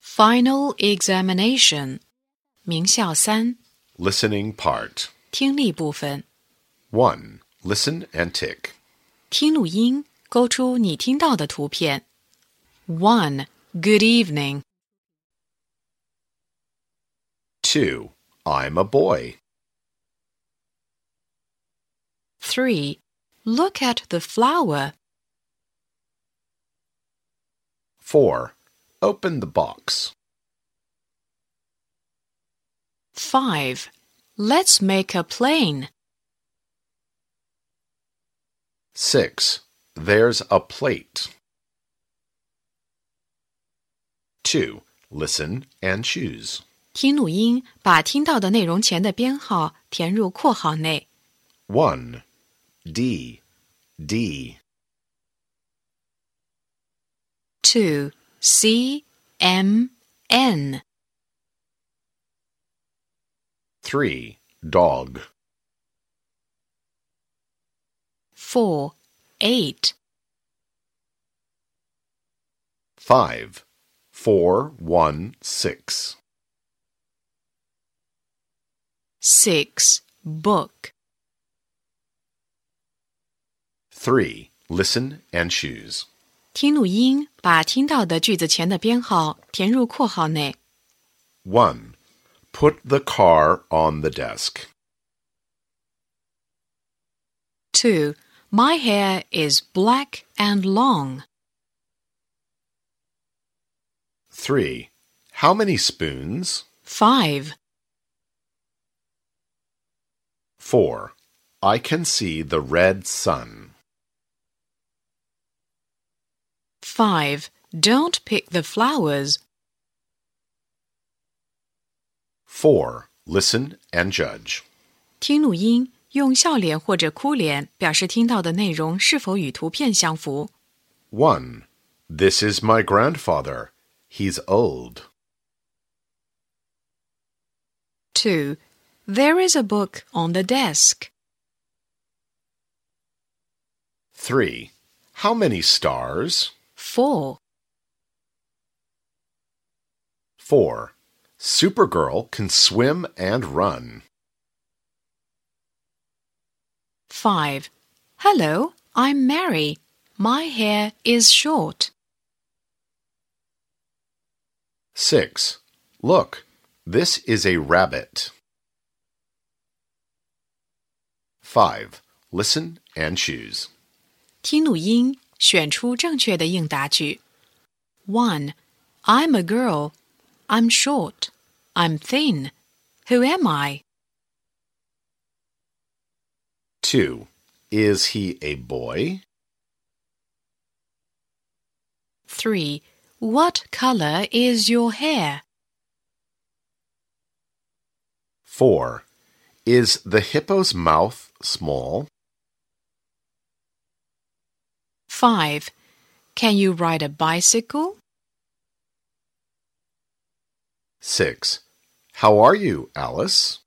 Final examination，名校三 Listening part. 听力部分， 1. Listen and tick. 听录音，勾出你听到的图片。One, good evening. 2. I'm a boy. Three, look at the flower. 4. Open the box. Five, let's make a plane. 6. There's a plate. 2. Listen and choose. 听录音，把听到的内容前的编号填入括号内。 1. D. D. Two, C, M, N. 3. Dog. Four, eight. 5. 4. 1. 6. Six, book. 3. Listen and choose. 听录音，把听到的句子前的编号填入括号内。 1. Put the car on the desk. Two, my hair is black and long. 3. How many spoons? Five, 4. I can see the red sun. five. Don't pick the flowers. 4. Listen and judge. 听录音，用笑脸或者哭脸表示听到的内容是否与图片相符。 1. This is my grandfather. He's old. Two, there is a book on the desk. 3. How many stars? Four, 4. Supergirl can swim and run. five. Hello, I'm Mary. My hair is short. 6. Look, this is a rabbit. 5. Listen and choose. 听录音，选出正确的应答句。One, I'm a girl. I'm short. I'm thin. Who am I? 2. Is he a boy? Three, what color is your hair? 4. Is the hippo's mouth small? Five, can you ride a bicycle? 6. How are you, Alice?